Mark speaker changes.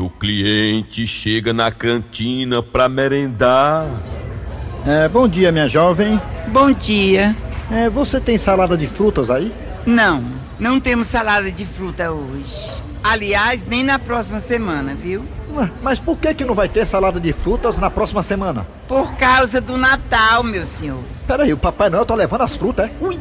Speaker 1: o cliente chega na cantina pra merendar.
Speaker 2: É, bom dia, minha jovem.
Speaker 3: Bom dia.
Speaker 2: É, você tem salada de frutas aí?
Speaker 3: Não, não temos salada de fruta hoje. Aliás, nem na próxima semana, viu?
Speaker 2: Ué, Mas por que que não vai ter salada de frutas na próxima semana?
Speaker 3: Por causa do Natal, meu senhor.
Speaker 2: Peraí, o Papai Noel tá levando as frutas, é?
Speaker 3: Ui!